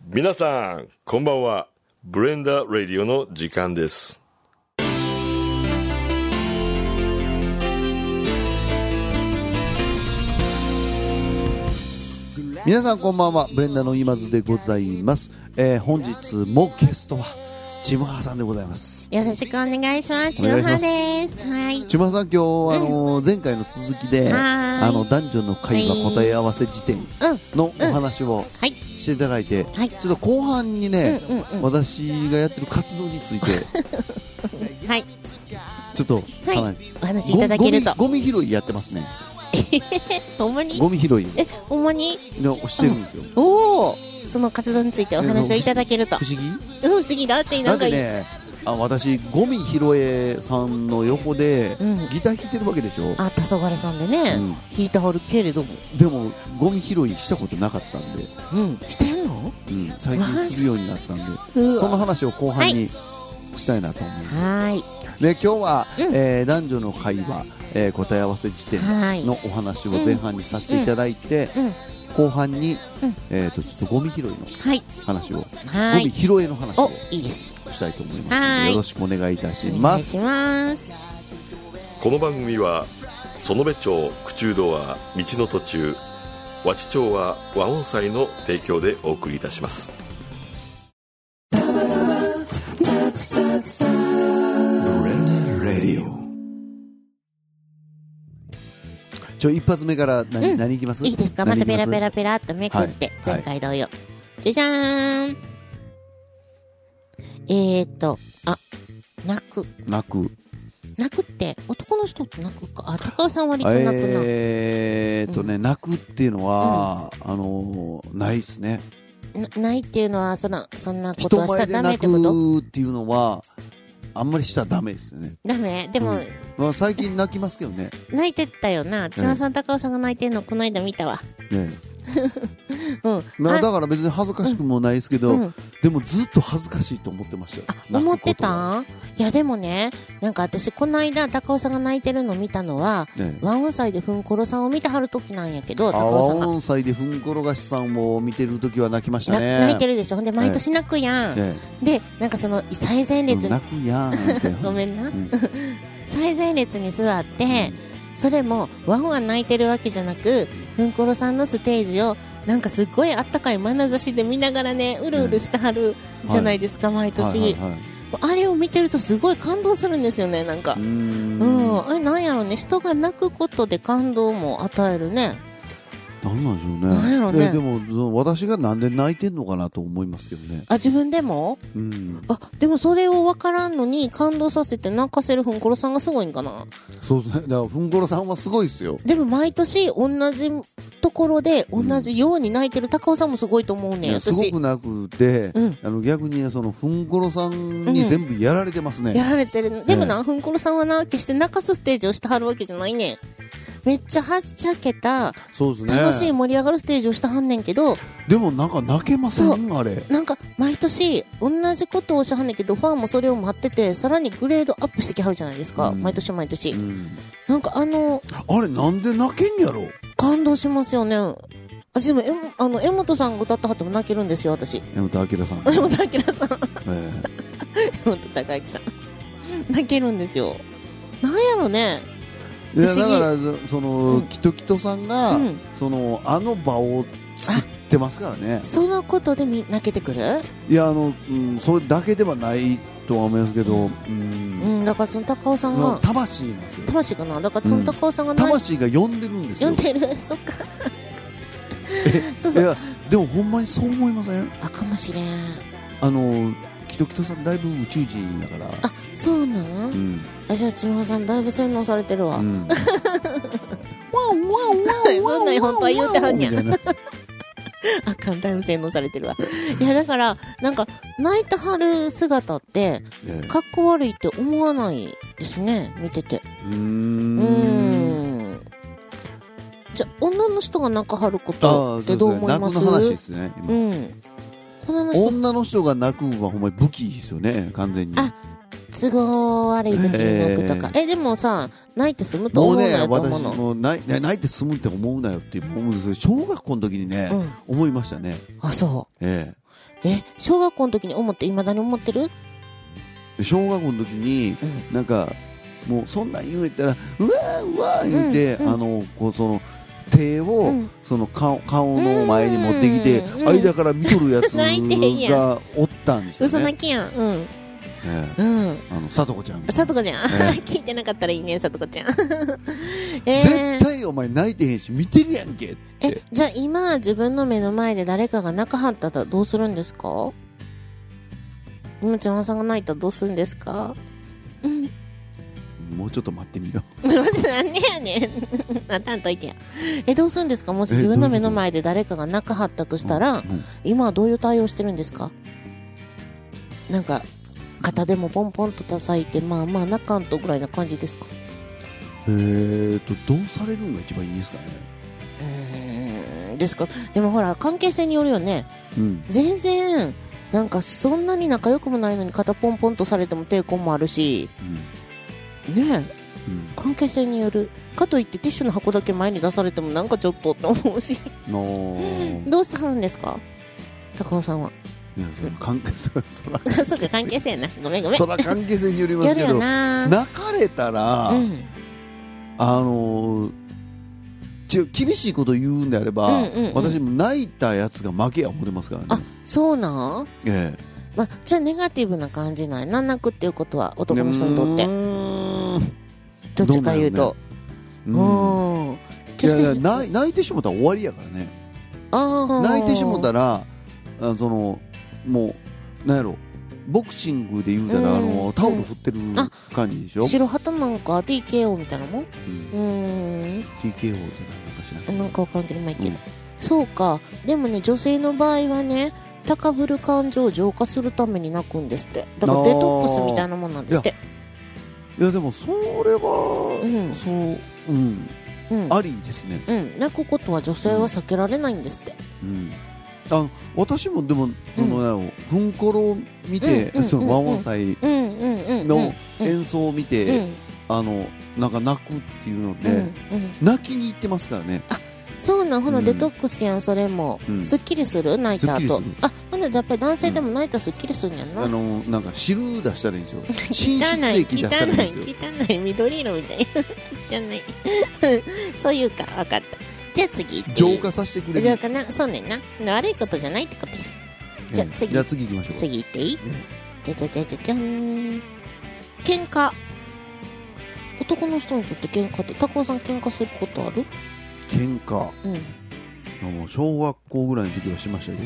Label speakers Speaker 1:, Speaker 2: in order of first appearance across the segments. Speaker 1: 皆さん、こんばんは。ブレンダーラディオの時間です。
Speaker 2: 皆さんこんばんはブレンダーの今津でございます、えー、本日もゲストはちむはさんでございます
Speaker 3: よろしくお願いします。ち
Speaker 2: お願い
Speaker 3: の
Speaker 2: しま
Speaker 3: は
Speaker 2: す
Speaker 3: です。はい。
Speaker 2: ちむはさん今日、あのー前回の続きで
Speaker 3: はーい
Speaker 2: あの男女の会話答え合わせ辞典
Speaker 3: うん。
Speaker 2: のお話を
Speaker 3: はい。
Speaker 2: していただいて、
Speaker 3: はい
Speaker 2: ちょっと後半にね、
Speaker 3: うんうんうん
Speaker 2: 私がやってる活動につ いて
Speaker 3: はい。
Speaker 2: ちょっと、
Speaker 3: は
Speaker 2: はい
Speaker 3: い。お話いただけると。
Speaker 2: ゴミゴミ拾いやってますね
Speaker 3: ほんまに
Speaker 2: ゴミ拾い
Speaker 3: え、ほんまに
Speaker 2: のしてるんですよ、
Speaker 3: おお。その活動についてお話をいただけると。
Speaker 2: 不思議
Speaker 3: うん、不思議だって、
Speaker 2: だ
Speaker 3: な
Speaker 2: っ
Speaker 3: んか
Speaker 2: て
Speaker 3: いい。
Speaker 2: ねあ私ゴミ拾えさんの横で、
Speaker 3: うん
Speaker 2: ギター弾いてるわけでしょ
Speaker 3: あ、黄昏さんでね、
Speaker 2: うん
Speaker 3: 弾いてはるけれども。
Speaker 2: でもゴミ拾いしたことなかったんで、
Speaker 3: うん。してんの
Speaker 2: うん最近するようになったんで
Speaker 3: うわ
Speaker 2: その話を後半にしたいなと思う、
Speaker 3: はーい。
Speaker 2: で今日は、
Speaker 3: うん
Speaker 2: えー男女の会話、えー答え合わせ時点
Speaker 3: はい
Speaker 2: のお話を前半にさせていただいて、
Speaker 3: うん。
Speaker 2: 後半に、
Speaker 3: うん
Speaker 2: えー、とちょっとゴミ拾いの
Speaker 3: はい。
Speaker 2: 話を、
Speaker 3: は
Speaker 2: ゴミ
Speaker 3: い。
Speaker 2: 拾いの話
Speaker 3: お
Speaker 2: を、
Speaker 3: いいです。
Speaker 2: したいと思いますの
Speaker 3: は
Speaker 2: で
Speaker 3: い
Speaker 2: よろしくお願いいたし
Speaker 3: お
Speaker 2: ま
Speaker 3: 願い
Speaker 2: す
Speaker 3: します。
Speaker 1: この番組は、園部町口中堂は道の途中、和知町は和音祭の提供でお送りいたします。
Speaker 2: ちょ一発目から何、
Speaker 3: うん
Speaker 2: 何いきます
Speaker 3: いいですかま
Speaker 2: 何
Speaker 3: た
Speaker 2: いきま
Speaker 3: ペラ
Speaker 2: す
Speaker 3: ペラペラっとめくって、
Speaker 2: はい
Speaker 3: 前回同様。じゃじゃーん。えーっと、あ、泣く。
Speaker 2: 泣く
Speaker 3: 泣くって、男の人って泣くか。あ、高尾さん割と泣くな。
Speaker 2: えーっとね、泣くっていうのは、あのーないですね
Speaker 3: なないっていうのは、そんな、そんなこと
Speaker 2: 人
Speaker 3: はした
Speaker 2: 前で
Speaker 3: らダメっ
Speaker 2: 泣
Speaker 3: てこと
Speaker 2: くっていうのはあんまりしたらダメですよね、
Speaker 3: ダメでも、
Speaker 2: うんまあ、最近泣きますけどね
Speaker 3: 泣いてたよな。千葉さん、高尾さんが泣いてるの、この間見たわ。
Speaker 2: ね
Speaker 3: うん。
Speaker 2: まあ
Speaker 3: あ
Speaker 2: だから別に恥ずかしくもないですけど、
Speaker 3: うん、
Speaker 2: でもずっと恥ずかしいと思ってましたよ
Speaker 3: あ
Speaker 2: 泣
Speaker 3: 思
Speaker 2: く
Speaker 3: っ
Speaker 2: こ
Speaker 3: て
Speaker 2: とは
Speaker 3: たいや、でもね、なんか私、この間、高尾さんが泣いてるの見たのは、
Speaker 2: ね
Speaker 3: ワンオン祭でふんころさんを見てはる時なんやけど、
Speaker 2: 阿
Speaker 3: 高尾さんが。
Speaker 2: 波音祭でふんころがしさんを見てる時は泣きました
Speaker 3: な
Speaker 2: ね
Speaker 3: 泣いてるでしょほんで、毎年泣くやん。
Speaker 2: ね
Speaker 3: で、なんかその、最前
Speaker 2: うん
Speaker 3: 列に、
Speaker 2: 泣くやんって
Speaker 3: ごめんな
Speaker 2: う。ん
Speaker 3: 最前列に座って、それも、ワンワン泣いてるわけじゃなく、ふんころさんのステージを、なんかすごいあったかい眼差しで見ながらね、うるうるしてはるじゃないですか、毎
Speaker 2: はい
Speaker 3: 年、
Speaker 2: はいはい
Speaker 3: あれを見てるとすごい感動するんですよね、なんか
Speaker 2: う。ん
Speaker 3: うん、あれなんやろね、人が泣くことで感動も与えるね。
Speaker 2: なんなんでしょうね
Speaker 3: なんやろね
Speaker 2: ででもその私がなんで泣いてんのかなと思いますけどね
Speaker 3: あ、自分でも
Speaker 2: うん
Speaker 3: あでもそれを分からんのに感動させて泣かせるふんころさんがすごいんかな
Speaker 2: そうですねだからふんころさんはすごいですよ
Speaker 3: でも毎年同じところで同じように泣いてる高尾さんもすごいと思うね
Speaker 2: い
Speaker 3: ん
Speaker 2: やすご
Speaker 3: 私
Speaker 2: くなくて、
Speaker 3: うん
Speaker 2: あの逆にそのふんころさんに全部やられてますね、
Speaker 3: やられてるでもな、ふんころさんはな決して泣かすステージをしてはるわけじゃないねんめっちゃはっちゃけた
Speaker 2: そうですね
Speaker 3: 楽しい盛り上がるステージをしてはんねんけど、
Speaker 2: でもなんか泣けませんあれ
Speaker 3: なんか毎年同じことをしはんねんけどファンもそれを待っててさらにグレードアップしてきはるじゃないですか、
Speaker 2: うん
Speaker 3: 毎年毎年、
Speaker 2: うん
Speaker 3: なんかあの
Speaker 2: あれなんで泣けんやろ
Speaker 3: 感動しますよね。私でも、えもあの、江本さんが歌ったはっても泣けるんですよ、私。
Speaker 2: 山田明さん、え
Speaker 3: 江本明さん、
Speaker 2: え
Speaker 3: 江本孝之さん。泣けるん ですよ。なんやろね。
Speaker 2: いや
Speaker 3: 不思
Speaker 2: だ
Speaker 3: 議
Speaker 2: からそその、
Speaker 3: うん
Speaker 2: キトキトさんが、
Speaker 3: うん
Speaker 2: そのあの場を作ってますからね
Speaker 3: そのことでみ泣けてくる
Speaker 2: いやあの、うん、それだけではないとは思いますけど、うん
Speaker 3: うん、だからその高尾さん
Speaker 2: その
Speaker 3: が、
Speaker 2: 魂なんですよ
Speaker 3: 魂かなだからその高尾さんが泣い、
Speaker 2: 魂が呼んでるんですよ
Speaker 3: 読んでるそっか。 そうそう。
Speaker 2: いやでもほんまにそう思いません
Speaker 3: あ、かもしれん。
Speaker 2: あのキトキトさんだいぶ宇宙人だから
Speaker 3: あ、そうな
Speaker 2: う
Speaker 3: ん、
Speaker 2: ん、
Speaker 3: あ、じゃあ、ちむはさん、だいぶ洗脳されてるわ。
Speaker 2: う ん、
Speaker 3: そんなん本当は言うてはん
Speaker 2: み
Speaker 3: や
Speaker 2: たいな
Speaker 3: あかん、だいぶ洗脳されてるわ。いや、だから、なんか、泣いてはる姿って、
Speaker 2: ええ
Speaker 3: かっこ悪いって思わないですね、見てて。
Speaker 2: うー
Speaker 3: うんん。じゃあ、女の人が泣かはるこ
Speaker 2: あ
Speaker 3: と
Speaker 2: あ
Speaker 3: っ
Speaker 2: そ
Speaker 3: て
Speaker 2: う
Speaker 3: どう
Speaker 2: そう
Speaker 3: 思い
Speaker 2: 泣
Speaker 3: ま
Speaker 2: く
Speaker 3: す
Speaker 2: の話ですね
Speaker 3: う
Speaker 2: 今
Speaker 3: ん。この話、
Speaker 2: 女の人が泣くんはほんまに武器ですよね完全に
Speaker 3: あ都合悪い時に泣くとか。え、でもさ、泣いて済むと
Speaker 2: も
Speaker 3: 思
Speaker 2: う
Speaker 3: うの
Speaker 2: ね
Speaker 3: よ、と
Speaker 2: 私
Speaker 3: 思うの。
Speaker 2: もう泣い泣いて済むって思うなよって思うんですけど小学校の時にね、
Speaker 3: うん
Speaker 2: 思いましたね
Speaker 3: あ、そ
Speaker 2: ええ
Speaker 3: う。え小学校の時に思っていまだに思ってる
Speaker 2: で小学校の時に
Speaker 3: う
Speaker 2: なんかもうそんなん言えたらうわーうわー言って、
Speaker 3: うんうん
Speaker 2: あのこうその手を、
Speaker 3: うん
Speaker 2: その顔顔の前に持ってきて、
Speaker 3: うん
Speaker 2: 間から見とるやつ
Speaker 3: 泣いてんや
Speaker 2: がおったんですよ
Speaker 3: 嘘
Speaker 2: ね
Speaker 3: 泣。きやんうん
Speaker 2: ええ
Speaker 3: うん
Speaker 2: あのさとこちゃん、
Speaker 3: さとこちゃん、
Speaker 2: え
Speaker 3: 聞いてなかったらいいねさとこちゃん えー
Speaker 2: 絶対お前泣いてへんし見てるやんけ。
Speaker 3: えじゃあ今自分の目の前で誰かが泣かはったらどうするんですか今ちゃんさんが泣いたらどうするんですか
Speaker 2: もうちょっと待ってみよう。
Speaker 3: 待ってなんでやねん あたんといてやえどうするんですかもし
Speaker 2: え
Speaker 3: 自分の
Speaker 2: どういう
Speaker 3: 目
Speaker 2: こと
Speaker 3: の前で誰かが泣かはったとしたら、
Speaker 2: う ん
Speaker 3: 今はどういう対応してるんですかなんか肩でもポンポンと叩いてまあまあ泣かんとぐらいな感じですか
Speaker 2: えーとどうされるのが一番いいですかね。
Speaker 3: うーんですかでもほら関係性によるよね
Speaker 2: うん。
Speaker 3: 全然なんかそんなに仲良くもないのに肩ポンポンとされても抵抗もあるしねえ関係性によるかといってティッシュの箱だけ前に出されてもなんかちょっとって思う し
Speaker 2: うん。の
Speaker 3: どうしてはるんですか高尾さんは
Speaker 2: いやその関係性そら
Speaker 3: そうか関係性やなごめんごめ ん
Speaker 2: そら関係性によります
Speaker 3: やる
Speaker 2: け
Speaker 3: よ
Speaker 2: ど。
Speaker 3: な
Speaker 2: 泣かれたら、
Speaker 3: うん、
Speaker 2: あのーちょ厳しいこと言うんであれば、
Speaker 3: うんうんうん
Speaker 2: 私も泣いたやつが負けや思ってますから
Speaker 3: あ
Speaker 2: ね、
Speaker 3: そうなん、
Speaker 2: え
Speaker 3: まあ、じゃあネガティブな感じないな泣くっていうことは
Speaker 2: え、
Speaker 3: 男の人にとっ
Speaker 2: う
Speaker 3: て
Speaker 2: ーん
Speaker 3: どっちか言うと
Speaker 2: う
Speaker 3: うんん
Speaker 2: いやいや泣い泣いてしもたら終わりやからね泣
Speaker 3: 泣
Speaker 2: いてしもたらあそのもうなんやろボクシングで言うたら、
Speaker 3: うん
Speaker 2: あのタオル振ってる
Speaker 3: あ
Speaker 2: 感じでしょ、
Speaker 3: 白旗なんか TKO みたいなもんう
Speaker 2: うん
Speaker 3: ーん
Speaker 2: TKO じゃないなんかしら
Speaker 3: なんかわからんけどまあいいけど、
Speaker 2: うん
Speaker 3: そうかでもね女性の場合はね高ぶる感情を浄化するために泣くんですってだからデトックスみたいなもんなんですって
Speaker 2: いやでもそれは、
Speaker 3: うん
Speaker 2: そううん
Speaker 3: うん、
Speaker 2: ありですね
Speaker 3: うん、泣くことは女性は避けられないんですって、
Speaker 2: うん、あの私もでもその、なんやろふんころを見て、
Speaker 3: うんうん
Speaker 2: そ
Speaker 3: うん
Speaker 2: の和音祭
Speaker 3: うん、うんうんうん
Speaker 2: の演奏を見
Speaker 3: うん
Speaker 2: て、あのなんか泣くっていうので、
Speaker 3: うんうん
Speaker 2: 泣きに行ってますからね
Speaker 3: そうなんほな
Speaker 2: うん
Speaker 3: デトックスやんそれも、
Speaker 2: うん
Speaker 3: すっきりする泣い
Speaker 2: すっ
Speaker 3: た
Speaker 2: きり
Speaker 3: 後
Speaker 2: する
Speaker 3: あほなやっぱり男性でも泣いたらすっきりするんやんな、
Speaker 2: あのなんか汁出したらいいんですよ
Speaker 3: 汚
Speaker 2: 浸出
Speaker 3: い
Speaker 2: 液出
Speaker 3: 汚
Speaker 2: したらいいん
Speaker 3: い
Speaker 2: ですよ
Speaker 3: 汚い緑色みたい 汚いそういうか分かったじゃあ次行っていい
Speaker 2: 浄化させてくれる
Speaker 3: 浄化なそうねんな悪いことじゃないってことやじゃあ
Speaker 2: ええ
Speaker 3: 次
Speaker 2: じゃあ次行きましょう
Speaker 3: 次行っていい
Speaker 2: え
Speaker 3: じゃじゃじゃじゃじゃん喧嘩男の人にとって喧嘩って高尾さん喧嘩することある
Speaker 2: 喧嘩
Speaker 3: うん
Speaker 2: もう小学校ぐらいの時はしましたけ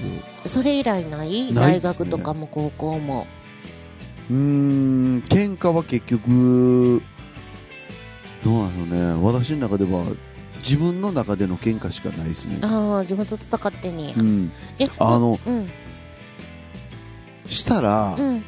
Speaker 2: ど
Speaker 3: それ以来ない
Speaker 2: ないで
Speaker 3: 大
Speaker 2: すね
Speaker 3: 学とかも高校も
Speaker 2: うーん喧嘩は結局どうなんでしょうね私の中では自分の中での喧嘩しかないですね、
Speaker 3: ああ自分と戦ってんねや
Speaker 2: うん、
Speaker 3: え
Speaker 2: あの
Speaker 3: うん
Speaker 2: したら、
Speaker 3: うん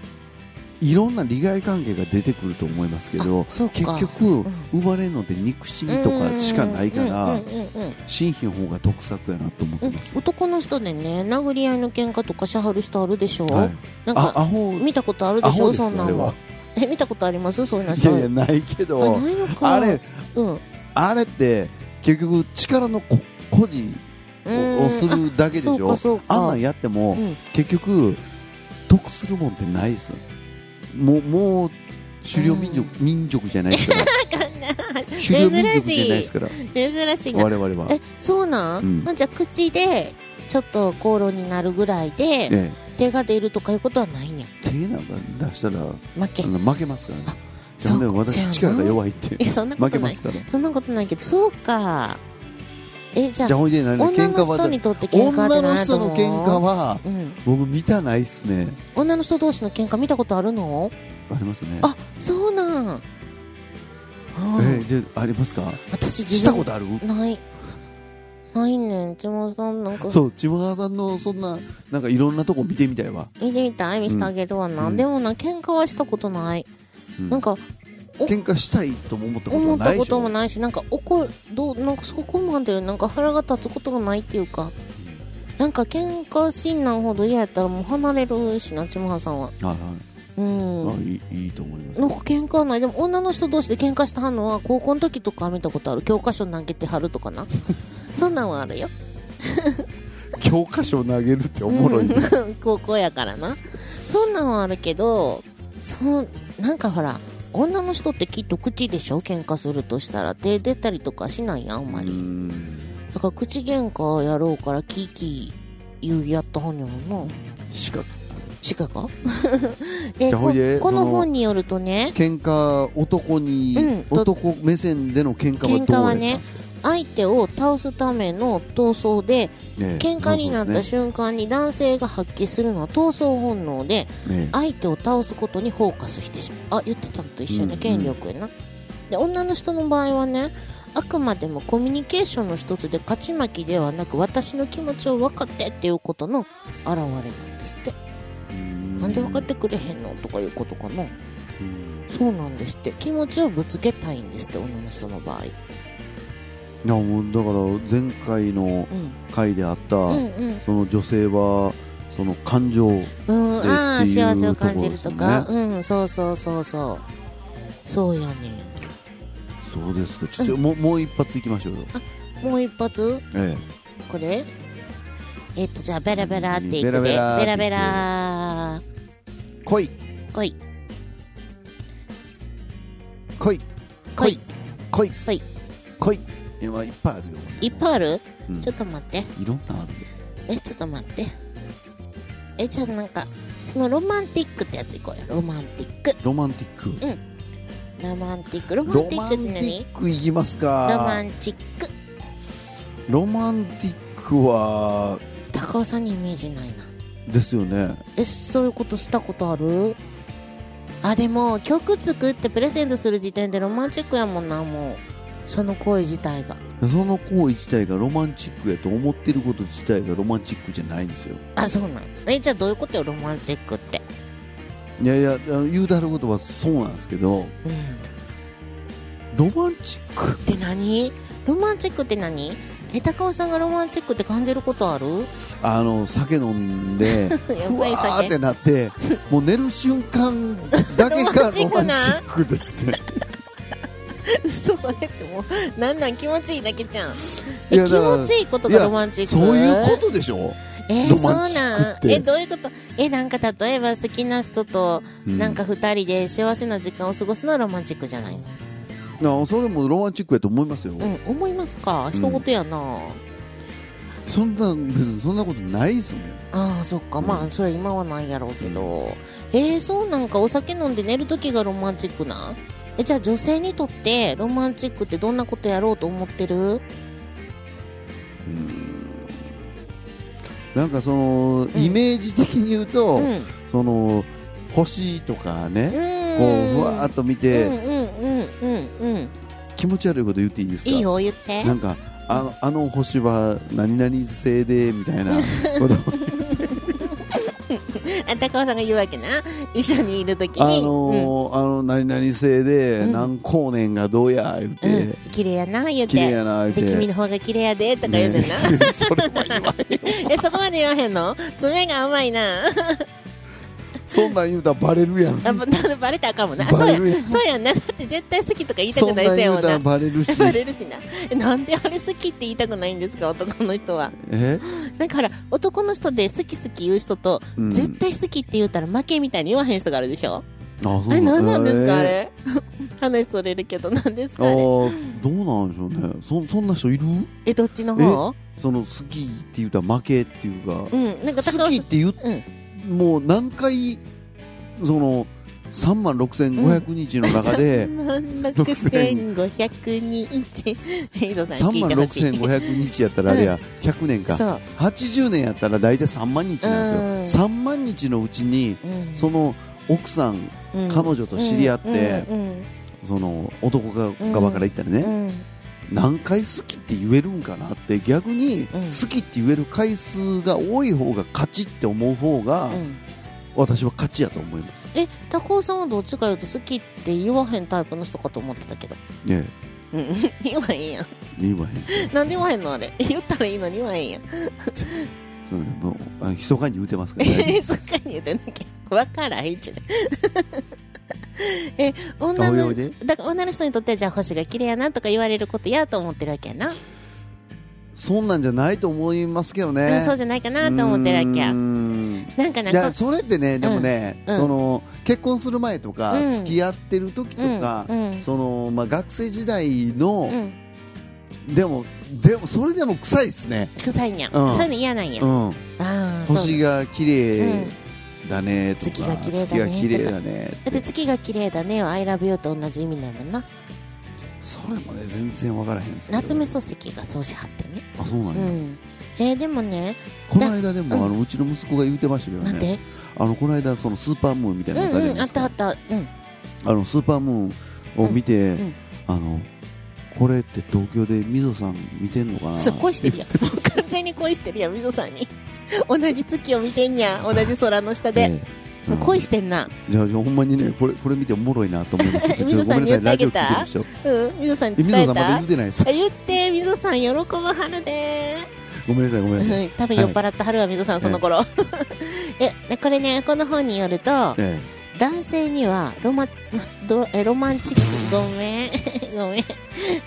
Speaker 2: いろんな利害関係が出てくると思いますけど
Speaker 3: あそうか
Speaker 2: 結局、生まれるのって憎しみとかしかないから、
Speaker 3: うんうんうんうん
Speaker 2: 新品の方が得策やなと思っ
Speaker 3: う
Speaker 2: て
Speaker 3: ん
Speaker 2: ます、
Speaker 3: 男の人でね殴り合いの喧嘩とかしはる人あるでしょ、
Speaker 2: はい、
Speaker 3: なん
Speaker 2: あ
Speaker 3: か
Speaker 2: アホ
Speaker 3: 見たことあるで
Speaker 2: ア
Speaker 3: し
Speaker 2: ホ
Speaker 3: ょ
Speaker 2: です
Speaker 3: そんな
Speaker 2: あれ
Speaker 3: ん
Speaker 2: は
Speaker 3: はえ見たことありますそういうの
Speaker 2: いやいや
Speaker 3: 人
Speaker 2: ないけ
Speaker 3: あ
Speaker 2: ど
Speaker 3: ないのか
Speaker 2: あれ
Speaker 3: うんうん
Speaker 2: あれって結局力のこ誇示ををす
Speaker 3: あ
Speaker 2: るだけでし
Speaker 3: そう
Speaker 2: ょ
Speaker 3: かそうか
Speaker 2: あんなんやっても、
Speaker 3: うん
Speaker 2: 結局得するもんってないですよもうもう狩猟民族,、民族じゃないです から狩猟民族じゃないですから
Speaker 3: 珍しいな
Speaker 2: 我々は
Speaker 3: えそうなん、
Speaker 2: うん
Speaker 3: まあ、じゃあ口でちょっと口論になるぐらいで、
Speaker 2: え
Speaker 3: 手が出るとかいうことはないね
Speaker 2: え、
Speaker 3: ん
Speaker 2: 手なんか出したら
Speaker 3: 負け
Speaker 2: あの負けますからね
Speaker 3: そう
Speaker 2: でも
Speaker 3: そう
Speaker 2: 私
Speaker 3: やな
Speaker 2: 力が弱いって
Speaker 3: いやそんなこ
Speaker 2: 負
Speaker 3: と
Speaker 2: けま
Speaker 3: ない
Speaker 2: すからじ
Speaker 3: そんなことないけどそうかえじゃあ
Speaker 2: ゃあほいで何
Speaker 3: 女
Speaker 2: 喧嘩
Speaker 3: の人
Speaker 2: は
Speaker 3: にとって喧嘩って
Speaker 2: 女の
Speaker 3: ないと
Speaker 2: 人
Speaker 3: 思う
Speaker 2: の喧嘩は
Speaker 3: うん、
Speaker 2: 僕見たないっすね
Speaker 3: 女の人同士の喧嘩見たことあるの
Speaker 2: ありますね
Speaker 3: あそうなん、はあ
Speaker 2: ええじゃあありますか
Speaker 3: 私自分
Speaker 2: したことある
Speaker 3: ないないねんちもさんなんか
Speaker 2: そう千葉さんのそんななんかいろんなとこ見てみたいわ、
Speaker 3: 見てみたい見せてあげるわな、
Speaker 2: うん
Speaker 3: でもな喧嘩はしたことない、
Speaker 2: うん
Speaker 3: なんかお
Speaker 2: 喧嘩したいとも思ったこと
Speaker 3: 思
Speaker 2: は
Speaker 3: っ
Speaker 2: な
Speaker 3: た
Speaker 2: いで
Speaker 3: こ
Speaker 2: しょ
Speaker 3: ともないしなんか怒るどうなんかそこまでなんか腹が立つことがないっていうかなんか喧嘩しんなんほど嫌やったらもう離れるしなちもはさんは
Speaker 2: はい
Speaker 3: うん
Speaker 2: はい、あいいいいと思います
Speaker 3: なんか喧嘩はないでも女の人同士で喧嘩したのは高校の時と か見たことある教科書投げてはるとかなそんなんはあるよ
Speaker 2: 教科書投げるっておもろいね、
Speaker 3: うん高校やからなそんなんはあるけどそなんかほら女の人ってきっと口でしょ喧嘩するとしたら手出たりとかしないやんあんまり、
Speaker 2: うん
Speaker 3: だから口喧嘩やろうからキーキー言うやったはんやろな
Speaker 2: しか
Speaker 3: し かかで
Speaker 2: じゃあ
Speaker 3: こ
Speaker 2: ほいで
Speaker 3: こ
Speaker 2: そ
Speaker 3: の
Speaker 2: の
Speaker 3: 本によるとね
Speaker 2: 喧嘩男に、
Speaker 3: うんと
Speaker 2: 男目線での喧嘩はどう
Speaker 3: 喧嘩はね
Speaker 2: やったんですか
Speaker 3: 相手を倒すための闘争で
Speaker 2: ねえ
Speaker 3: 喧嘩になっ
Speaker 2: ま
Speaker 3: た
Speaker 2: あそう
Speaker 3: 瞬間に男性が発揮するのは闘争本能で
Speaker 2: ですねね
Speaker 3: 相手を倒すことにフォーカスしてしまうあ言ってたのと一緒や
Speaker 2: うんう
Speaker 3: ね
Speaker 2: ん
Speaker 3: 権力やな、で女の人の場合はねあくまでもコミュニケーションの一つで勝ち負けではなく私の気持ちを分かってっていうことの現れなんですって、
Speaker 2: え
Speaker 3: なんで分かってくれへんのとかいうことかな
Speaker 2: うん
Speaker 3: そうなんですって気持ちをぶつけたいんですって女の人の場合、
Speaker 2: いやもうだから前回の
Speaker 3: うん、
Speaker 2: 回であった、
Speaker 3: うんうん
Speaker 2: その女性はその感情
Speaker 3: うん、
Speaker 2: で
Speaker 3: ああ
Speaker 2: っていう
Speaker 3: 幸せを感じるとか
Speaker 2: とこ
Speaker 3: うんそうそうそうそうそうやね
Speaker 2: そうですかちょっと、もうもう一発いきましょうよ、
Speaker 3: もう一発
Speaker 2: え
Speaker 3: これえっとじゃあベラベラっていくで
Speaker 2: ベラベラっていく
Speaker 3: ベラベラ
Speaker 2: え、来い
Speaker 3: 来い
Speaker 2: 来い
Speaker 3: 来い
Speaker 2: 来い
Speaker 3: 来い
Speaker 2: 来い今いっぱいあるよ
Speaker 3: いっぱいある
Speaker 2: うん
Speaker 3: ちょっと待って
Speaker 2: いろんなある
Speaker 3: えちょっと待ってえじゃあなんかそのロマンティックってやついこうよロマンティック
Speaker 2: ロマンティック
Speaker 3: ロマンティックロマン
Speaker 2: ロ
Speaker 3: ティッ
Speaker 2: マ
Speaker 3: ク
Speaker 2: ン
Speaker 3: っ
Speaker 2: テ
Speaker 3: て
Speaker 2: ィ
Speaker 3: 何
Speaker 2: ックいきます
Speaker 3: ロマ
Speaker 2: か
Speaker 3: ンチック
Speaker 2: ロマンティックは
Speaker 3: 高尾さんにイメージないな
Speaker 2: ですよね
Speaker 3: えそういうことしたことあるあでも曲作ってプレゼントする時点でロマンチックやもんなもうその行為自体が
Speaker 2: その行為自体がロマンチックやと思ってること自体がロマンチックじゃないんですよ
Speaker 3: あそうなんえじゃあどういうことよロマンチックって
Speaker 2: いやいやあの言うてはることはそうなんですけど
Speaker 3: うんっ
Speaker 2: ロマンチック
Speaker 3: て何ロマンチックって何え高尾さんがロマンチックって感じることある
Speaker 2: あの酒飲んで
Speaker 3: や
Speaker 2: ふ
Speaker 3: ばい
Speaker 2: わーっ
Speaker 3: 酒
Speaker 2: てな ってもう寝る瞬間だけ
Speaker 3: ロマ
Speaker 2: が
Speaker 3: ンチ
Speaker 2: ロ
Speaker 3: ック
Speaker 2: マンチ
Speaker 3: な
Speaker 2: ックですね
Speaker 3: 嘘それってもうなんなん気持ちいいだけじゃん
Speaker 2: い
Speaker 3: え
Speaker 2: や
Speaker 3: 気
Speaker 2: だから
Speaker 3: 持ちいいこと
Speaker 2: い
Speaker 3: が
Speaker 2: や
Speaker 3: ロマンチック
Speaker 2: そういうことでしょ、
Speaker 3: えー
Speaker 2: ロマンチックって
Speaker 3: そうなんえどういうことえなんか例えば好きな人と
Speaker 2: う
Speaker 3: なんか二人で幸せな時間を過ごすのはロマンチックじゃないの、
Speaker 2: なそれもロマンチックやと思いますよ、
Speaker 3: うん、思いますか一言やな、
Speaker 2: そんな別にそんなことないですもん
Speaker 3: ああそっか、
Speaker 2: うん
Speaker 3: まあそれ今はないやろうけど、えー、そうなんかお酒飲んで寝る時がロマンチックなんえじゃあ女性にとってロマンチックってどんなことやろうと思ってる
Speaker 2: なんかその
Speaker 3: うん
Speaker 2: イメージ的に言うと、
Speaker 3: うん
Speaker 2: その星とかね、こうふわーっと見
Speaker 3: て
Speaker 2: て、
Speaker 3: うんうんうんうんうん
Speaker 2: 気持ち悪いこと言っていいですか
Speaker 3: いいよ言って
Speaker 2: なんかあのあの星は何々製でみたい なこと
Speaker 3: あ高尾さんが言うわけな一緒にいる時に
Speaker 2: あのーあの何々製で
Speaker 3: うん
Speaker 2: 何光年がどうや言っ
Speaker 3: うん
Speaker 2: て
Speaker 3: うん、綺麗やな言う
Speaker 2: 綺麗
Speaker 3: て
Speaker 2: やな言
Speaker 3: で君
Speaker 2: って
Speaker 3: の方が綺麗やでとか言うねんな、
Speaker 2: ねそれは言わへん
Speaker 3: えそこまで言わへんの爪が甘い な
Speaker 2: そんなん言うたらバレるやん
Speaker 3: あばバレたらあかんもんな
Speaker 2: バレ
Speaker 3: そう
Speaker 2: るや
Speaker 3: や
Speaker 2: ん
Speaker 3: そうやんなだって絶対好きとか言いた
Speaker 2: そ
Speaker 3: く
Speaker 2: ん
Speaker 3: な
Speaker 2: ないん
Speaker 3: せや
Speaker 2: 言
Speaker 3: も
Speaker 2: うんたら
Speaker 3: な
Speaker 2: バレるし
Speaker 3: バレるしなえなんであれ好きって言いたくないんですか男の人は
Speaker 2: え
Speaker 3: だから男の人で好き好き言う人と、
Speaker 2: うん
Speaker 3: 絶対好きって言うたら負けみたいに言わへん人があるでしょ
Speaker 2: あそう
Speaker 3: あれ何なんですかあ
Speaker 2: え
Speaker 3: れ話それるけど何です
Speaker 2: ー
Speaker 3: かあれ
Speaker 2: あーどうなんでしょうねそそんな人いる
Speaker 3: えどっちの方
Speaker 2: その好きって言うたら負けっていうか
Speaker 3: うんなんか高
Speaker 2: 好
Speaker 3: 尾
Speaker 2: き
Speaker 3: さ
Speaker 2: っ
Speaker 3: ん
Speaker 2: て言っもう何回その3万6500日の中 で、
Speaker 3: 3万6500日ヘイドさ
Speaker 2: 3
Speaker 3: ん聞い
Speaker 2: 万
Speaker 3: てほしい
Speaker 2: 6500日やったらあれや、100年か
Speaker 3: そう
Speaker 2: 80年やったら大体3万日なんですよ、3万日のうちに
Speaker 3: うん
Speaker 2: その奥さん
Speaker 3: うん
Speaker 2: 彼女と知り合って、
Speaker 3: うん
Speaker 2: その男が側から言ったらね、
Speaker 3: うんうん
Speaker 2: 何回好きって言えるんかなって逆に
Speaker 3: うん
Speaker 2: 好きって言える回数が多い方が勝ちって思う方が
Speaker 3: うん
Speaker 2: 私は勝ちやと思います、
Speaker 3: え高尾さんはどっちか言うと好きって言わへんタイプの人かと思ってたけど、
Speaker 2: ね
Speaker 3: うん言わへんやん
Speaker 2: え言わへん
Speaker 3: なんで言わへんのあれ言ったらいいのに言わへんやん
Speaker 2: そうねもうあ密かに言うてますからね
Speaker 3: えそっかに言ってなきゃわからん一応え女
Speaker 2: おいお
Speaker 3: の
Speaker 2: いで
Speaker 3: だから女の人にとってはじゃあ星が綺麗やなとか言われることやと思ってるわけやな
Speaker 2: そんなんじゃないと思いますけど
Speaker 3: う
Speaker 2: ね
Speaker 3: ん、そうじゃないかなと思ってるわけや
Speaker 2: うーん
Speaker 3: なんかない
Speaker 2: や
Speaker 3: んか
Speaker 2: それってねでもね、
Speaker 3: うん
Speaker 2: その結婚する前とか、
Speaker 3: うん
Speaker 2: 付き合ってる時とか、
Speaker 3: うんうん
Speaker 2: そのまあ、学生時代
Speaker 3: う
Speaker 2: の、
Speaker 3: ん
Speaker 2: でもでもそれでも臭いですね、
Speaker 3: 臭いんや、
Speaker 2: うん
Speaker 3: そういうの嫌なんや、
Speaker 2: うん、
Speaker 3: ああそう
Speaker 2: 星が綺麗だねとか、
Speaker 3: 月が綺麗
Speaker 2: 月が綺麗
Speaker 3: だね
Speaker 2: だね
Speaker 3: だって月が綺麗だねを「ILOVEYOU」と同じ意味なんだな
Speaker 2: それもね全然わからへんですけど
Speaker 3: 夏目漱石がそうしはってね
Speaker 2: あそうな
Speaker 3: うん
Speaker 2: や、
Speaker 3: んえーでもね
Speaker 2: この間でも、
Speaker 3: う
Speaker 2: うんあのうちの息子が言ってましたけど
Speaker 3: なん
Speaker 2: ね
Speaker 3: で
Speaker 2: あのこの間そのスーパームーンみたいなのあった
Speaker 3: う
Speaker 2: じ
Speaker 3: ん
Speaker 2: ゃ
Speaker 3: う
Speaker 2: なんいで
Speaker 3: あっ
Speaker 2: すか、
Speaker 3: たあったうん
Speaker 2: あのスーパームーンを見て、
Speaker 3: んうん
Speaker 2: あのこれって東京でみぞさん見てんのかな
Speaker 3: そう恋してるやん完全に恋してるやん溝さんに同じ月を見てんや同じ空の下で、
Speaker 2: ええ
Speaker 3: もう恋してんな
Speaker 2: じゃあじゃあほんまにねこれこれ見ておもろいなと思いま したちょっと
Speaker 3: 水野
Speaker 2: ご
Speaker 3: さ
Speaker 2: め
Speaker 3: ん
Speaker 2: んな
Speaker 3: に
Speaker 2: さい
Speaker 3: 言っ
Speaker 2: ラ
Speaker 3: て
Speaker 2: ジオ聞いて
Speaker 3: あげた
Speaker 2: るでしょ
Speaker 3: うん溝さんに
Speaker 2: えみぞ
Speaker 3: 伝
Speaker 2: さ
Speaker 3: え
Speaker 2: んまだ
Speaker 3: た
Speaker 2: 言ってない です
Speaker 3: あ言って溝さん喜ぶはるで
Speaker 2: ごめんなさいごめんなさい、
Speaker 3: うん多分酔っ払ったはるわ溝さんその頃えでこれねこの本によると
Speaker 2: え
Speaker 3: 男性にはロマどえロマンチックごめん ごめん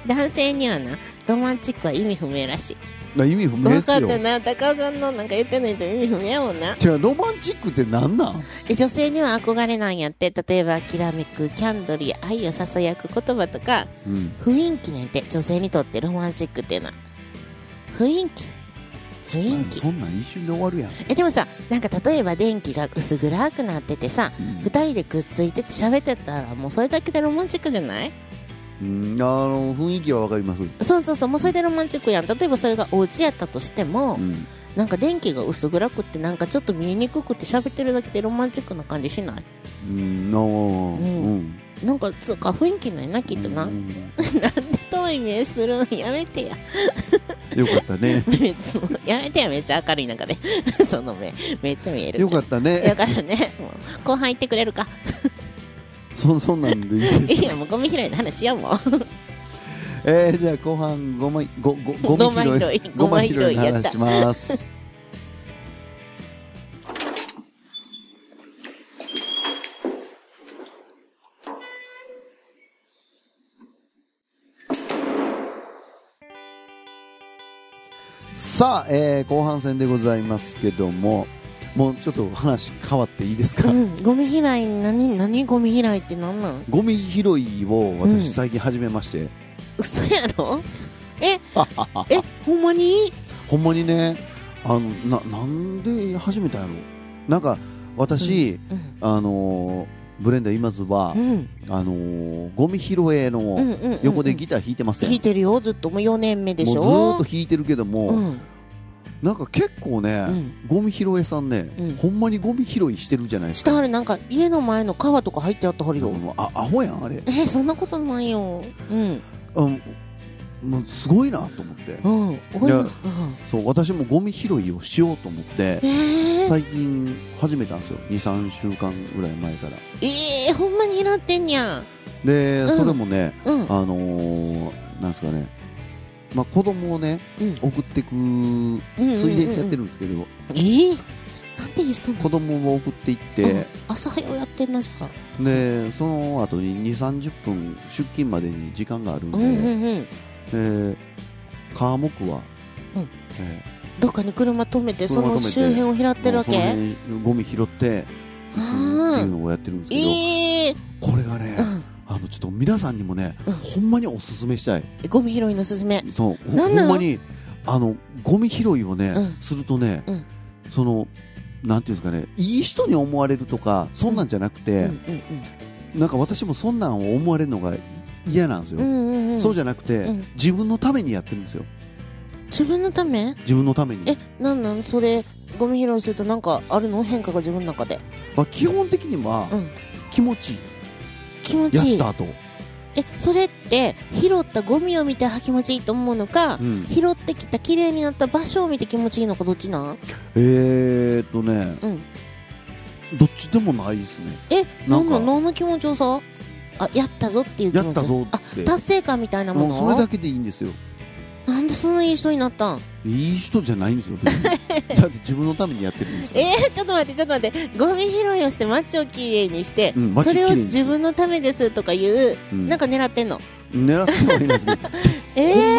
Speaker 3: 男性にはなロマンチックは意味不明らしい
Speaker 2: えまあ意味不明で
Speaker 3: 分
Speaker 2: す
Speaker 3: かっ
Speaker 2: よ
Speaker 3: たな高尾さんのなんか言ってないと意味不明やもんな
Speaker 2: じゃあロマンチックってなんなん
Speaker 3: え女性には憧れなんやって例えばきらめくキャンドルや愛をささやく言葉とか
Speaker 2: うん
Speaker 3: 雰囲気なんて女性にとってロマンチックっていうのは雰囲気雰囲気
Speaker 2: そんなん一瞬で終わるやん、
Speaker 3: えでもさなんか例えば電気が薄暗くなっててさ二人でくっついてて喋ってたらもうそれだけでロマンチックじゃない
Speaker 2: うん、あの雰囲気はわかります、
Speaker 3: そうそうそうもうそれでロマンチックやん例えばそれがお家やったとしても、
Speaker 2: うん
Speaker 3: なんか電気が薄暗くってなんかちょっと見えにくくて喋ってるだけでロマンチックな感じしない
Speaker 2: うんあー
Speaker 3: うん
Speaker 2: うん
Speaker 3: なんかつうか雰囲気ないなきっとな、
Speaker 2: う
Speaker 3: なん
Speaker 2: ん
Speaker 3: で遠い目するんやめてや
Speaker 2: よかったね
Speaker 3: やめてやめっちゃ明るい中で その目めっちゃ見える
Speaker 2: よかっ
Speaker 3: っ
Speaker 2: た
Speaker 3: よ
Speaker 2: ね
Speaker 3: かったねもう後半行ってくれるか
Speaker 2: そそんなんでいいです
Speaker 3: いいよもうゴミ拾いの話しようもう
Speaker 2: えー、じゃあ後半ごまごご
Speaker 3: ご
Speaker 2: ゴ
Speaker 3: ま
Speaker 2: ミ
Speaker 3: 拾い
Speaker 2: 拾い
Speaker 3: ごま拾い
Speaker 2: ごまの
Speaker 3: やった
Speaker 2: 話します。さあ、えー、後半戦でございますけども、もうちょっと話変わっていいですか。
Speaker 3: うん、ゴミ拾い何何ゴミ拾いってなんなん
Speaker 2: ゴミ拾いを
Speaker 3: うん
Speaker 2: 私最近始めまして、
Speaker 3: 嘘やろ ええほんまに
Speaker 2: ほんまにねあのななんで始めたんやろなんか私、
Speaker 3: うん
Speaker 2: あのーブレンダー今津は
Speaker 3: う、ん
Speaker 2: あのーゴミ拾い
Speaker 3: うん
Speaker 2: の
Speaker 3: うんうん
Speaker 2: 横でギター弾いてません、
Speaker 3: 弾いてるよずっともう4年目でしょ
Speaker 2: もうずーっと弾いてるけども、
Speaker 3: うん
Speaker 2: なんか結構ね、
Speaker 3: うん
Speaker 2: ゴミ拾いさんね、
Speaker 3: うん
Speaker 2: ほんまにゴミ拾いしてるじゃないです
Speaker 3: 下
Speaker 2: か
Speaker 3: あれなんか家の前の川とか入ってあったはるよ
Speaker 2: もうあアホやんあれ
Speaker 3: えそんなことないようん
Speaker 2: あもうすごいなと思って
Speaker 3: うんおい
Speaker 2: いや
Speaker 3: うん
Speaker 2: そう私もゴミ拾いをしようと思って
Speaker 3: えー、
Speaker 2: 最近始めたんですよ23週間ぐらい前から
Speaker 3: えー、ほんまになってんやん
Speaker 2: で、
Speaker 3: うん
Speaker 2: それもね、
Speaker 3: うん
Speaker 2: あのーなんですかね、まあ、子供をね、
Speaker 3: うん
Speaker 2: 送ってく
Speaker 3: うん
Speaker 2: ついでにやって
Speaker 3: る
Speaker 2: るんですけど、
Speaker 3: えー、なんていい人なの
Speaker 2: 子供を送っていっ
Speaker 3: うん
Speaker 2: て、
Speaker 3: 朝早うやってんなじゃあ
Speaker 2: でその後に2 3 0分出勤までに時間があるんで、
Speaker 3: うんうんうん
Speaker 2: で科目は、
Speaker 3: うん
Speaker 2: え
Speaker 3: どっかに車止めてそ
Speaker 2: 車止め
Speaker 3: の
Speaker 2: て
Speaker 3: 周辺を拾っ
Speaker 2: ー
Speaker 3: てるわ
Speaker 2: もうそ
Speaker 3: け
Speaker 2: の辺ゴミ拾っていくっていうのをやってるんですけど、
Speaker 3: ええー
Speaker 2: これがね、
Speaker 3: うん
Speaker 2: あのちょっと皆さんにもね、
Speaker 3: うん
Speaker 2: ほんまにおすすめしたい。
Speaker 3: ゴミ拾いのすすめ
Speaker 2: そうほ
Speaker 3: なんなの
Speaker 2: ほんまにあのゴミ拾いをね、
Speaker 3: うん
Speaker 2: するとね、
Speaker 3: うん
Speaker 2: そのなんていうんですかねいい人に思われるとかそんなんじゃなく
Speaker 3: うん
Speaker 2: て
Speaker 3: う、ん
Speaker 2: なんか私もそんなんを思われるのがい嫌なんです
Speaker 3: う
Speaker 2: よ、
Speaker 3: んうんうん
Speaker 2: そうじゃなくて、
Speaker 3: うん
Speaker 2: 自分のためにやってるんですよ
Speaker 3: 自分のため
Speaker 2: 自分のために
Speaker 3: え、なんなんそれゴミ拾いするとなんかあるの変化が自分の中で
Speaker 2: まあ、基本的には
Speaker 3: うん
Speaker 2: 気持ちいい、
Speaker 3: 気持ちい
Speaker 2: や
Speaker 3: い
Speaker 2: ったと、
Speaker 3: えそれって拾ったゴミを見てあ気持ちいいと思うのか、
Speaker 2: うん
Speaker 3: 拾ってきた綺麗になった場所を見て気持ちいいのかどっちなん
Speaker 2: えー、っとね
Speaker 3: うん
Speaker 2: どっちでもないですね
Speaker 3: え
Speaker 2: な
Speaker 3: なんん
Speaker 2: か
Speaker 3: なん何の気持ちよさあやったぞっていう気
Speaker 2: や
Speaker 3: 持ち
Speaker 2: った
Speaker 3: よさ
Speaker 2: ぞ
Speaker 3: あ
Speaker 2: って
Speaker 3: 達成感みたいなも
Speaker 2: も
Speaker 3: の
Speaker 2: うそれだけでいいんですよ
Speaker 3: なんでそんないい人になったん
Speaker 2: いい人じゃないんです よ別にだって自分のためにやってるんですよ
Speaker 3: えー、ちょっと待ってちょっと待ってゴミ拾いをして街をきれいにして、
Speaker 2: うん街
Speaker 3: それ
Speaker 2: き
Speaker 3: を
Speaker 2: れいに
Speaker 3: 自分のためですとかいう、
Speaker 2: うん
Speaker 3: なんか狙ってんの
Speaker 2: 狙ってはいないですけど、
Speaker 3: えー、
Speaker 2: ほん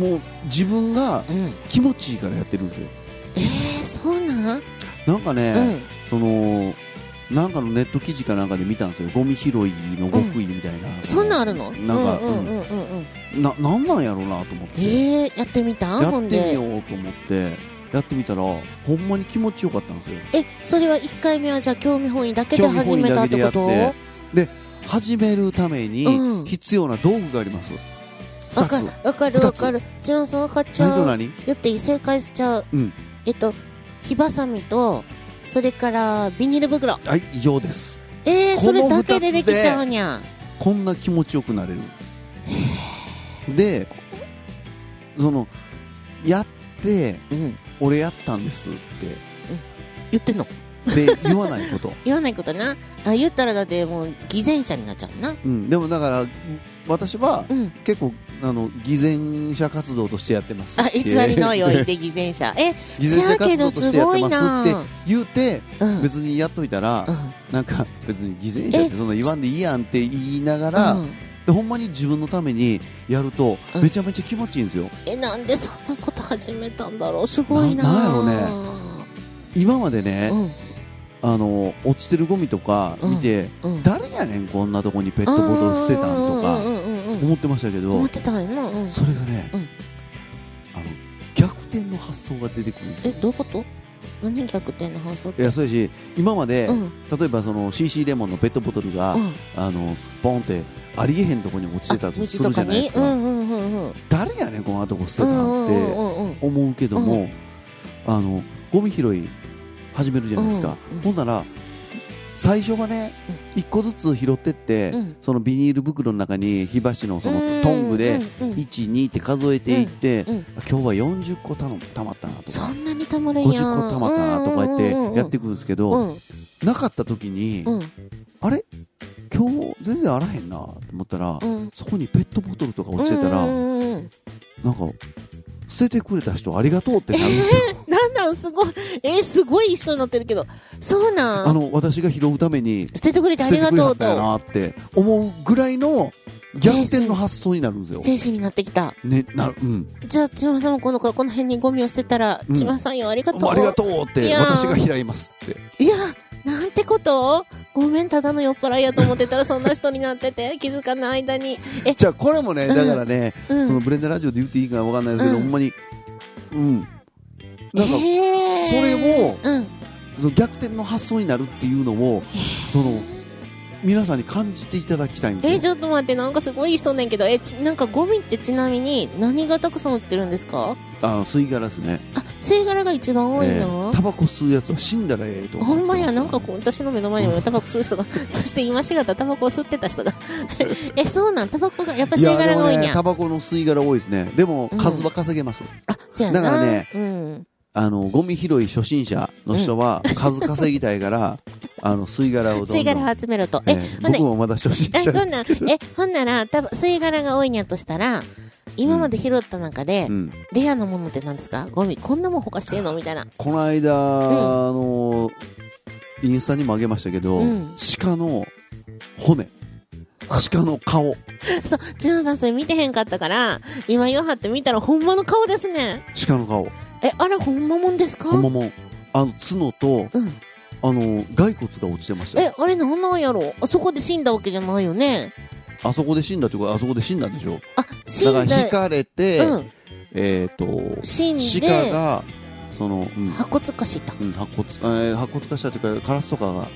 Speaker 2: まにもう自分が
Speaker 3: うん、
Speaker 2: 気持ちいいからやってるんですよ
Speaker 3: えー、そうなん、
Speaker 2: なんかね、
Speaker 3: うん
Speaker 2: そのなんかのネット記事かなんかで見たんですよゴミ拾いの極意みたいな、
Speaker 3: そんなんあるの
Speaker 2: なんか、
Speaker 3: うんうんうんうんうん
Speaker 2: うんななんなんやろうなと思って、
Speaker 3: えー、やってみた
Speaker 2: や
Speaker 3: ほ
Speaker 2: っ
Speaker 3: ん
Speaker 2: てみ
Speaker 3: で
Speaker 2: ようと思ってやってみたらほんまに気持ちよかったんですよ
Speaker 3: えそれは1回目はじゃあ興味本位だけで始めたってこと
Speaker 2: 興味本位だ始めるため
Speaker 3: うん
Speaker 2: に必要な道具があります、
Speaker 3: わ
Speaker 2: 二
Speaker 3: か
Speaker 2: つ
Speaker 3: るわかる
Speaker 2: 二
Speaker 3: わ
Speaker 2: つ
Speaker 3: かるちなさんわかっち
Speaker 2: 何と
Speaker 3: ゃう
Speaker 2: 何
Speaker 3: 言っていい正解しちゃう、
Speaker 2: うん
Speaker 3: えっと火ばさみとそれからビニール袋
Speaker 2: はい以上です
Speaker 3: えー、そ
Speaker 2: この
Speaker 3: れだけでできちゃう
Speaker 2: 二
Speaker 3: にゃ
Speaker 2: こんな気持ちよくなれるでそのやって
Speaker 3: うん
Speaker 2: 俺やったんですっ
Speaker 3: 言ってんの
Speaker 2: てで言わない こと、
Speaker 3: 言わないことなあ言ったらだってもう偽善者になっちゃうな
Speaker 2: うん、でもだから私は
Speaker 3: うん
Speaker 2: 結構あの偽善者活動としてやってます
Speaker 3: あ偽りの 良
Speaker 2: 偽
Speaker 3: いで偽善者え
Speaker 2: 善者活動としてやってますって言うて
Speaker 3: うんうん
Speaker 2: 別にやっといたら、なんか別に偽善者ってそんな言わんでいいやんって言いながら、
Speaker 3: うん
Speaker 2: でほんまに自分のためにやると
Speaker 3: うん
Speaker 2: めちゃめちゃ気持ちいいんですよ、
Speaker 3: えなんでそんなこと始めたんだろうすごいな
Speaker 2: ななんや今までね、
Speaker 3: うん
Speaker 2: あの落ちてるゴミとか見て、
Speaker 3: うん
Speaker 2: 誰やねんこんなとこにペットボトル捨てたんと
Speaker 3: う
Speaker 2: か
Speaker 3: んうんうんうん
Speaker 2: 思ってましたけど、
Speaker 3: 思ってたんやな、うん、
Speaker 2: それがね、
Speaker 3: うん
Speaker 2: あの逆転の発想が出てくるんです
Speaker 3: え
Speaker 2: よ
Speaker 3: どういうこと何逆転の発想っ
Speaker 2: い
Speaker 3: て
Speaker 2: やそうやし今まで、
Speaker 3: うんうん
Speaker 2: 例えばその CC レモンのペットボトルが、あのポンってありえへんとこに落ちて
Speaker 3: あ
Speaker 2: た
Speaker 3: 道
Speaker 2: とする
Speaker 3: と
Speaker 2: じ
Speaker 3: か
Speaker 2: ゃないで
Speaker 3: に
Speaker 2: す
Speaker 3: う
Speaker 2: か、
Speaker 3: んうんうんうんうん
Speaker 2: 誰やねんこんなとこ捨て
Speaker 3: う
Speaker 2: た
Speaker 3: ん
Speaker 2: んっ
Speaker 3: う
Speaker 2: て、
Speaker 3: んうんうん
Speaker 2: 思うけども、あのゴミ拾い始めるじゃないですか、
Speaker 3: うんうん
Speaker 2: ほんなら最初はね、一個ずつ拾ってって、
Speaker 3: うん
Speaker 2: そのビニール袋の中に火箸のそ
Speaker 3: うん
Speaker 2: のトングで
Speaker 3: うんうん
Speaker 2: 12って数えていって、
Speaker 3: うんうん
Speaker 2: あ今日は40個たのたまったなと
Speaker 3: そ
Speaker 2: か
Speaker 3: んなにたまるんや
Speaker 2: 50個たまったなとか言ってやっていくんですけど、
Speaker 3: うん
Speaker 2: なかった時に、
Speaker 3: うん
Speaker 2: あれ今日全然あらへんなと思ったら、
Speaker 3: うん
Speaker 2: そこにペットボトルとか落ちてたら、
Speaker 3: うんうんうんうん
Speaker 2: なんか捨ててくれた人ありがとうってなるんですよ。
Speaker 3: なんなんすごいえー、すごい人になってるけどそうなん
Speaker 2: あの私が拾うために
Speaker 3: 捨ててくれて
Speaker 2: 捨
Speaker 3: あ
Speaker 2: て
Speaker 3: り
Speaker 2: て
Speaker 3: が
Speaker 2: くれ
Speaker 3: と
Speaker 2: は
Speaker 3: う
Speaker 2: ったよ
Speaker 3: と
Speaker 2: なって思うぐらいの逆転の発想になるんですよ。
Speaker 3: 精神になってきた
Speaker 2: ね、なる、うん。
Speaker 3: じゃあ千葉さんも今度からこの辺にゴミを捨てたら、
Speaker 2: うん
Speaker 3: 千葉さんよありがとう
Speaker 2: もうありがとうって
Speaker 3: いやー
Speaker 2: 私が拾いますって。
Speaker 3: いやなんてことごめんただの酔っ払いやと思ってたらそんな人になってて気づかない間にえ
Speaker 2: じゃあこれもね、
Speaker 3: うん
Speaker 2: だからね、
Speaker 3: うん
Speaker 2: そのブレンダラジオで言っていいかわかんないですけど、
Speaker 3: うん
Speaker 2: ほんまに、うん。なんか、
Speaker 3: へー
Speaker 2: それも
Speaker 3: うん
Speaker 2: その逆転の発想になるっていうのを、その、皆さんに感じていただきたいん
Speaker 3: え
Speaker 2: です
Speaker 3: ち
Speaker 2: よ。
Speaker 3: ょっと待ってなんかすごい人ねんけどえちなんかゴミってちなみに何がたくさん落ちてるんですか
Speaker 2: あの、吸い殻ですね。
Speaker 3: あ吸い殻が一番多い
Speaker 2: え
Speaker 3: の、
Speaker 2: ータバコ吸うやつは死んだらええと思
Speaker 3: ほ
Speaker 2: ってます
Speaker 3: んまや、なんかこう、私の目の前にもタバコ吸う人が、 そして今しがたタバコを吸ってた人が。 え、そうなんタバコが、やっぱ吸い殻が多
Speaker 2: で
Speaker 3: いに
Speaker 2: もね
Speaker 3: ゃ
Speaker 2: タ。バコの吸い殻多いですねでも
Speaker 3: うん
Speaker 2: 数は稼げます、
Speaker 3: あ、そうやな。
Speaker 2: だからね
Speaker 3: うん。
Speaker 2: あのゴミ拾い初心者の人は数稼ぎたい から、あの吸い殻をどんどん
Speaker 3: 吸い殻を集めろと。え、
Speaker 2: えー
Speaker 3: ほんな
Speaker 2: 僕もまだ初心
Speaker 3: え、そ
Speaker 2: 者
Speaker 3: ん
Speaker 2: です
Speaker 3: なん、え、ほんなら、た吸い殻が多いにゃとしたら、今まで拾った中で、
Speaker 2: うん、
Speaker 3: レアなものって何ですかゴミ、こんなもんほかしてんのみたいな。
Speaker 2: この間、あのインスタにもあげましたけど、
Speaker 3: うん
Speaker 2: 鹿の骨鹿の顔
Speaker 3: そう、千葉さんそれ見てへんかったから、今言わはって見たら、ほんまの顔ですね。
Speaker 2: 鹿の顔
Speaker 3: え、あれほんまもんですか
Speaker 2: ほんまもんあの角と
Speaker 3: うん。
Speaker 2: あの骸骨が落ちてました
Speaker 3: え、あれなんなんやろあそこで死んだわけじゃないよね。
Speaker 2: あそこで死んだってことはあそこで死んだんでしょ
Speaker 3: あ、死
Speaker 2: だ
Speaker 3: ん
Speaker 2: から
Speaker 3: だ。
Speaker 2: 引かれて、
Speaker 3: うん。
Speaker 2: えっ、と
Speaker 3: 死ん
Speaker 2: 鹿
Speaker 3: で、
Speaker 2: がその、うん
Speaker 3: 白骨化した。
Speaker 2: うん、白骨、えー白骨化したというかカラスとかが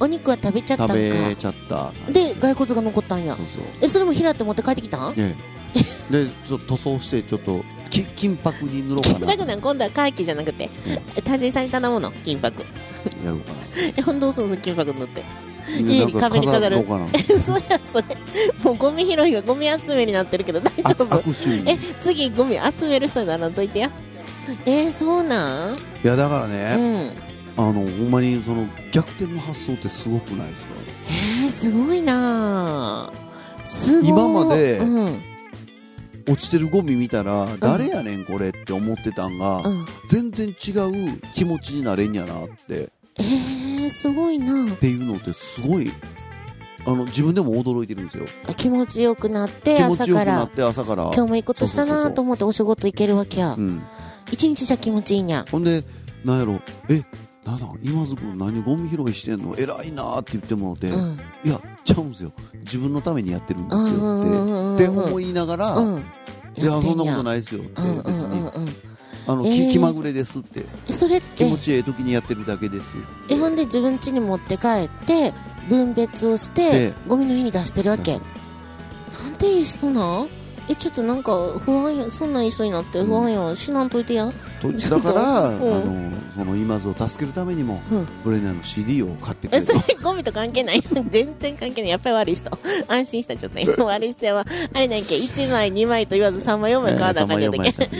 Speaker 3: お肉は食べちゃったん
Speaker 2: 食
Speaker 3: か。
Speaker 2: べちゃった
Speaker 3: で、骸骨が残ったんや
Speaker 2: そ。うそう
Speaker 3: え、それも平って持って帰ってきたん
Speaker 2: ええでちょっと塗装してちょっとき金箔に塗ろうか
Speaker 3: 金
Speaker 2: な
Speaker 3: 箔なん今度は回帰じゃなくて、え単純さんに頼むの金箔。
Speaker 2: やろうか
Speaker 3: え、ほんとそうそう金箔塗って。
Speaker 2: な
Speaker 3: 家
Speaker 2: で
Speaker 3: に壁に飾る
Speaker 2: なんかろうか な
Speaker 3: そりゃそれ。もうゴミ拾いがゴミ集めになってるけど大
Speaker 2: あ
Speaker 3: 丈夫。
Speaker 2: 悪趣味
Speaker 3: え、次ゴミ集める人にならんといてや。えー、そうなん
Speaker 2: いやだから
Speaker 3: う
Speaker 2: ね、
Speaker 3: ん。え
Speaker 2: あのほんまにその逆転の発想ってすごくないですか
Speaker 3: ー、すごいなあすごい。
Speaker 2: 今まで
Speaker 3: うん。
Speaker 2: 落ちてるゴミ見たら誰やねんこれって思ってたんが、
Speaker 3: うん。
Speaker 2: 全然違う気持ちになれんやなって
Speaker 3: えー、すごいな
Speaker 2: っていうのってすごいあの自分でも驚いてるんですよ
Speaker 3: 気持ちよくなって
Speaker 2: 気持
Speaker 3: 朝
Speaker 2: ちよ
Speaker 3: か
Speaker 2: くなっ
Speaker 3: ら
Speaker 2: て朝から
Speaker 3: 今日もいいことし
Speaker 2: そ
Speaker 3: た
Speaker 2: うそう
Speaker 3: な
Speaker 2: そう
Speaker 3: と思ってお仕事行けるわけや
Speaker 2: うん、
Speaker 3: 一日じゃ気持ちいいんや
Speaker 2: ほんでなんやろえなんだ今ずく何ゴミ拾いしてんの偉いなーって言ってもらって、
Speaker 3: うんうん
Speaker 2: いやちゃうんですよ自分のためにやってるんで
Speaker 3: う
Speaker 2: す
Speaker 3: んうん
Speaker 2: よ
Speaker 3: うんうん
Speaker 2: って、って思いながら、
Speaker 3: うん
Speaker 2: いやそんなこと
Speaker 3: い
Speaker 2: ないですよって、
Speaker 3: うんう
Speaker 2: 別
Speaker 3: んう
Speaker 2: に、
Speaker 3: んうん
Speaker 2: あの、き
Speaker 3: えー
Speaker 2: 気まぐれですって
Speaker 3: えそれっ
Speaker 2: 気
Speaker 3: て
Speaker 2: 持ちええ時にやってるだけです
Speaker 3: えほんで自分家に持って帰って分別をして
Speaker 2: して
Speaker 3: ゴミの日に出してるわけなんていい人なんえちょっとなんか不安やそんないい人になって不安や、死なんといてや
Speaker 2: と
Speaker 3: ちょ
Speaker 2: だ
Speaker 3: っ
Speaker 2: か
Speaker 3: と
Speaker 2: ら、
Speaker 3: うん
Speaker 2: あのその今津を助けるためにも、
Speaker 3: うん
Speaker 2: ブレナーの CD を買ってく
Speaker 3: え
Speaker 2: れ
Speaker 3: そ
Speaker 2: と
Speaker 3: れゴミと関係ない 全然関係ないやっぱり悪い人安心したちょっと今悪い人はあれなんやっけ1枚2枚と言わず3枚4枚買わなあかんやったっけ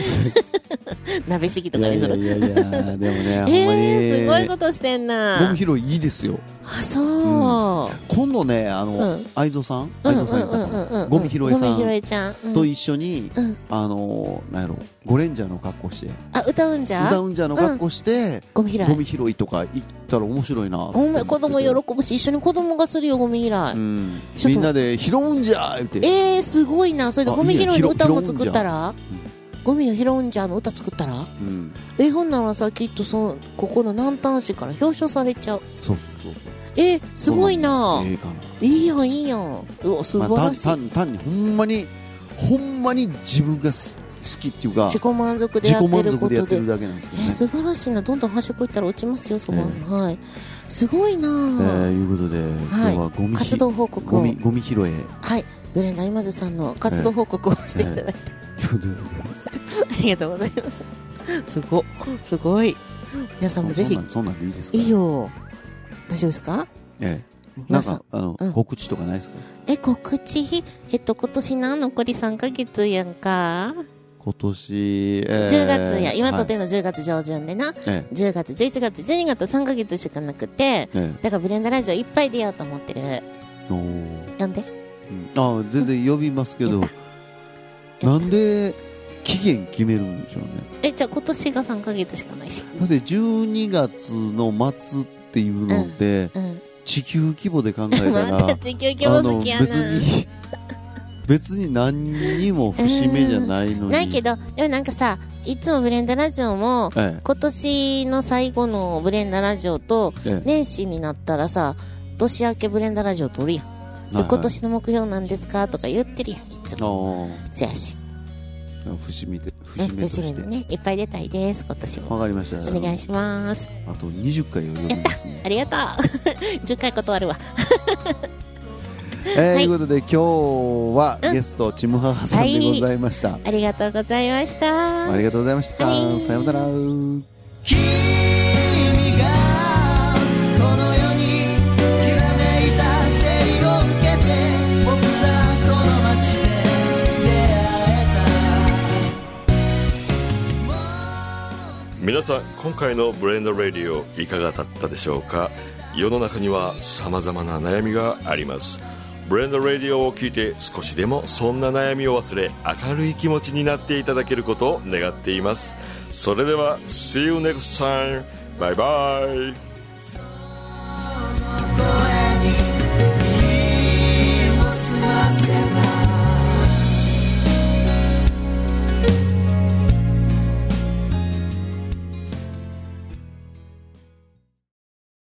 Speaker 3: 鍋敷きと
Speaker 2: い
Speaker 3: か
Speaker 2: や
Speaker 3: に
Speaker 2: い
Speaker 3: す
Speaker 2: や
Speaker 3: る
Speaker 2: いやいやでもねほんまに、
Speaker 3: えー、すごいことしてん
Speaker 2: ゴ
Speaker 3: な
Speaker 2: ミ拾いいいですよ
Speaker 3: あそう、
Speaker 2: 今度ねあの、
Speaker 3: うん
Speaker 2: 愛蔵さん
Speaker 3: う
Speaker 2: 愛
Speaker 3: んう
Speaker 2: 蔵
Speaker 3: ん
Speaker 2: さんやった
Speaker 3: うん
Speaker 2: かな
Speaker 3: うんうん
Speaker 2: ゴミ拾いさん
Speaker 3: ゴミ拾いちゃん、うん
Speaker 2: と一緒に、
Speaker 3: うん
Speaker 2: あのなんやろゴレンジャーの格好して
Speaker 3: あ歌うんじゃ
Speaker 2: 歌うんじゃの格好して、
Speaker 3: ゴミ拾い
Speaker 2: ゴミ拾いとか行ったら面白いなって思
Speaker 3: お
Speaker 2: って
Speaker 3: 前
Speaker 2: て
Speaker 3: 子供喜ぶし一緒に子供がするよゴミ拾い、
Speaker 2: うん
Speaker 3: ちょっと
Speaker 2: みんなで拾うんじゃーって
Speaker 3: えー、すごいなそれで
Speaker 2: あ
Speaker 3: ゴミ拾い
Speaker 2: いい
Speaker 3: の
Speaker 2: よ
Speaker 3: 歌
Speaker 2: 拾
Speaker 3: も作ったらゴミを拾うんじゃの歌作ったら
Speaker 2: うん、
Speaker 3: えほんならさきっとそここの南丹市から表彰されちゃう
Speaker 2: そうそうそうそ
Speaker 3: えー、すごいな
Speaker 2: うええかな
Speaker 3: いいやんいいやんうわ素
Speaker 2: まあ
Speaker 3: 晴ら
Speaker 2: 単
Speaker 3: しい、
Speaker 2: 単単にほんまにほんまに自分がす好きっていうか
Speaker 3: 自己満足で
Speaker 2: 自
Speaker 3: や
Speaker 2: 己
Speaker 3: って
Speaker 2: 満
Speaker 3: るこ
Speaker 2: 足でや
Speaker 3: と
Speaker 2: って
Speaker 3: で
Speaker 2: るだけなんですけ
Speaker 3: え
Speaker 2: ど
Speaker 3: ー
Speaker 2: ね。
Speaker 3: 素晴らしいなどんどん端っこ行ったら落ちますよそば、
Speaker 2: ええ
Speaker 3: はいすごいな、
Speaker 2: と、えー、いうことで、今日はゴミひ
Speaker 3: 活動報告
Speaker 2: ゴ
Speaker 3: を
Speaker 2: ミゴミ拾い
Speaker 3: はいブレナイマズさんの活動報告をしていただい
Speaker 2: と
Speaker 3: て、
Speaker 2: いうことでございます。
Speaker 3: ありがとうございます。すご、すごい。皆さんもぜひ
Speaker 2: そ、んなんそんなんでいいですか。
Speaker 3: いい。よ。大丈夫ですか
Speaker 2: ええ、な
Speaker 3: 皆
Speaker 2: ん
Speaker 3: さん
Speaker 2: かあの、
Speaker 3: うん
Speaker 2: 告知とかないですか。
Speaker 3: え、告知えっと、今年な、残り3ヶ月やんか。
Speaker 2: 今年、えー
Speaker 3: 10月や、今と
Speaker 2: はい
Speaker 3: ての10月上旬でな。
Speaker 2: え
Speaker 3: 10月、11月、12月3ヶ月しかなくて、
Speaker 2: ええ
Speaker 3: だからブレンダラジオいっぱい出ようと思ってる。
Speaker 2: え、おー
Speaker 3: 呼んで。
Speaker 2: うん、あ全然呼びますけど
Speaker 3: やっ、
Speaker 2: なんで期限決めるんでしょうね。
Speaker 3: え、じゃあ今年が3ヶ月しかないし。
Speaker 2: だって12月の末っていうので、
Speaker 3: うん。
Speaker 2: 地球規模で考えた ら、
Speaker 3: また地球規
Speaker 2: あ
Speaker 3: 模
Speaker 2: の
Speaker 3: 好
Speaker 2: 別
Speaker 3: きやな。
Speaker 2: に 別に何にも節目じゃないのに、
Speaker 3: ないけど、でもなんかさ、いつもブレンダラジオも、
Speaker 2: え
Speaker 3: 今年の最後のブレンダラジオと
Speaker 2: ええ
Speaker 3: 年始になったらさ年明けブレンダラジオ撮るやん、
Speaker 2: え、はいはい
Speaker 3: で今年の目標なんですかとか言ってるやんいつ
Speaker 2: あ
Speaker 3: もせやし
Speaker 2: ー節目で
Speaker 3: うん
Speaker 2: 節目とし
Speaker 3: 節
Speaker 2: て
Speaker 3: 目にねいっぱい出たいです今年も
Speaker 2: わかりました
Speaker 3: お願いします
Speaker 2: あと20回を読みますね
Speaker 3: ありがとう 10回断るわ
Speaker 2: えー
Speaker 3: はい
Speaker 2: ということで今日は
Speaker 3: うん
Speaker 2: ゲストちむははさんでございました、
Speaker 3: ありがとうございました
Speaker 2: ありがとうございました、
Speaker 3: はい
Speaker 2: さようなら
Speaker 4: 「君がこの世にきらめいた生理を受けて」「僕らこの街で出会えた」もう
Speaker 1: 皆さん今回の「ブレンド・ラディオ」いかがだったでしょうか世の中には様々な悩みがありますブレンド・ラディオを聞いて少しでもそんな悩みを忘れ明るい気持ちになっていただけることを願っていますそれでは See you next time! バイバイ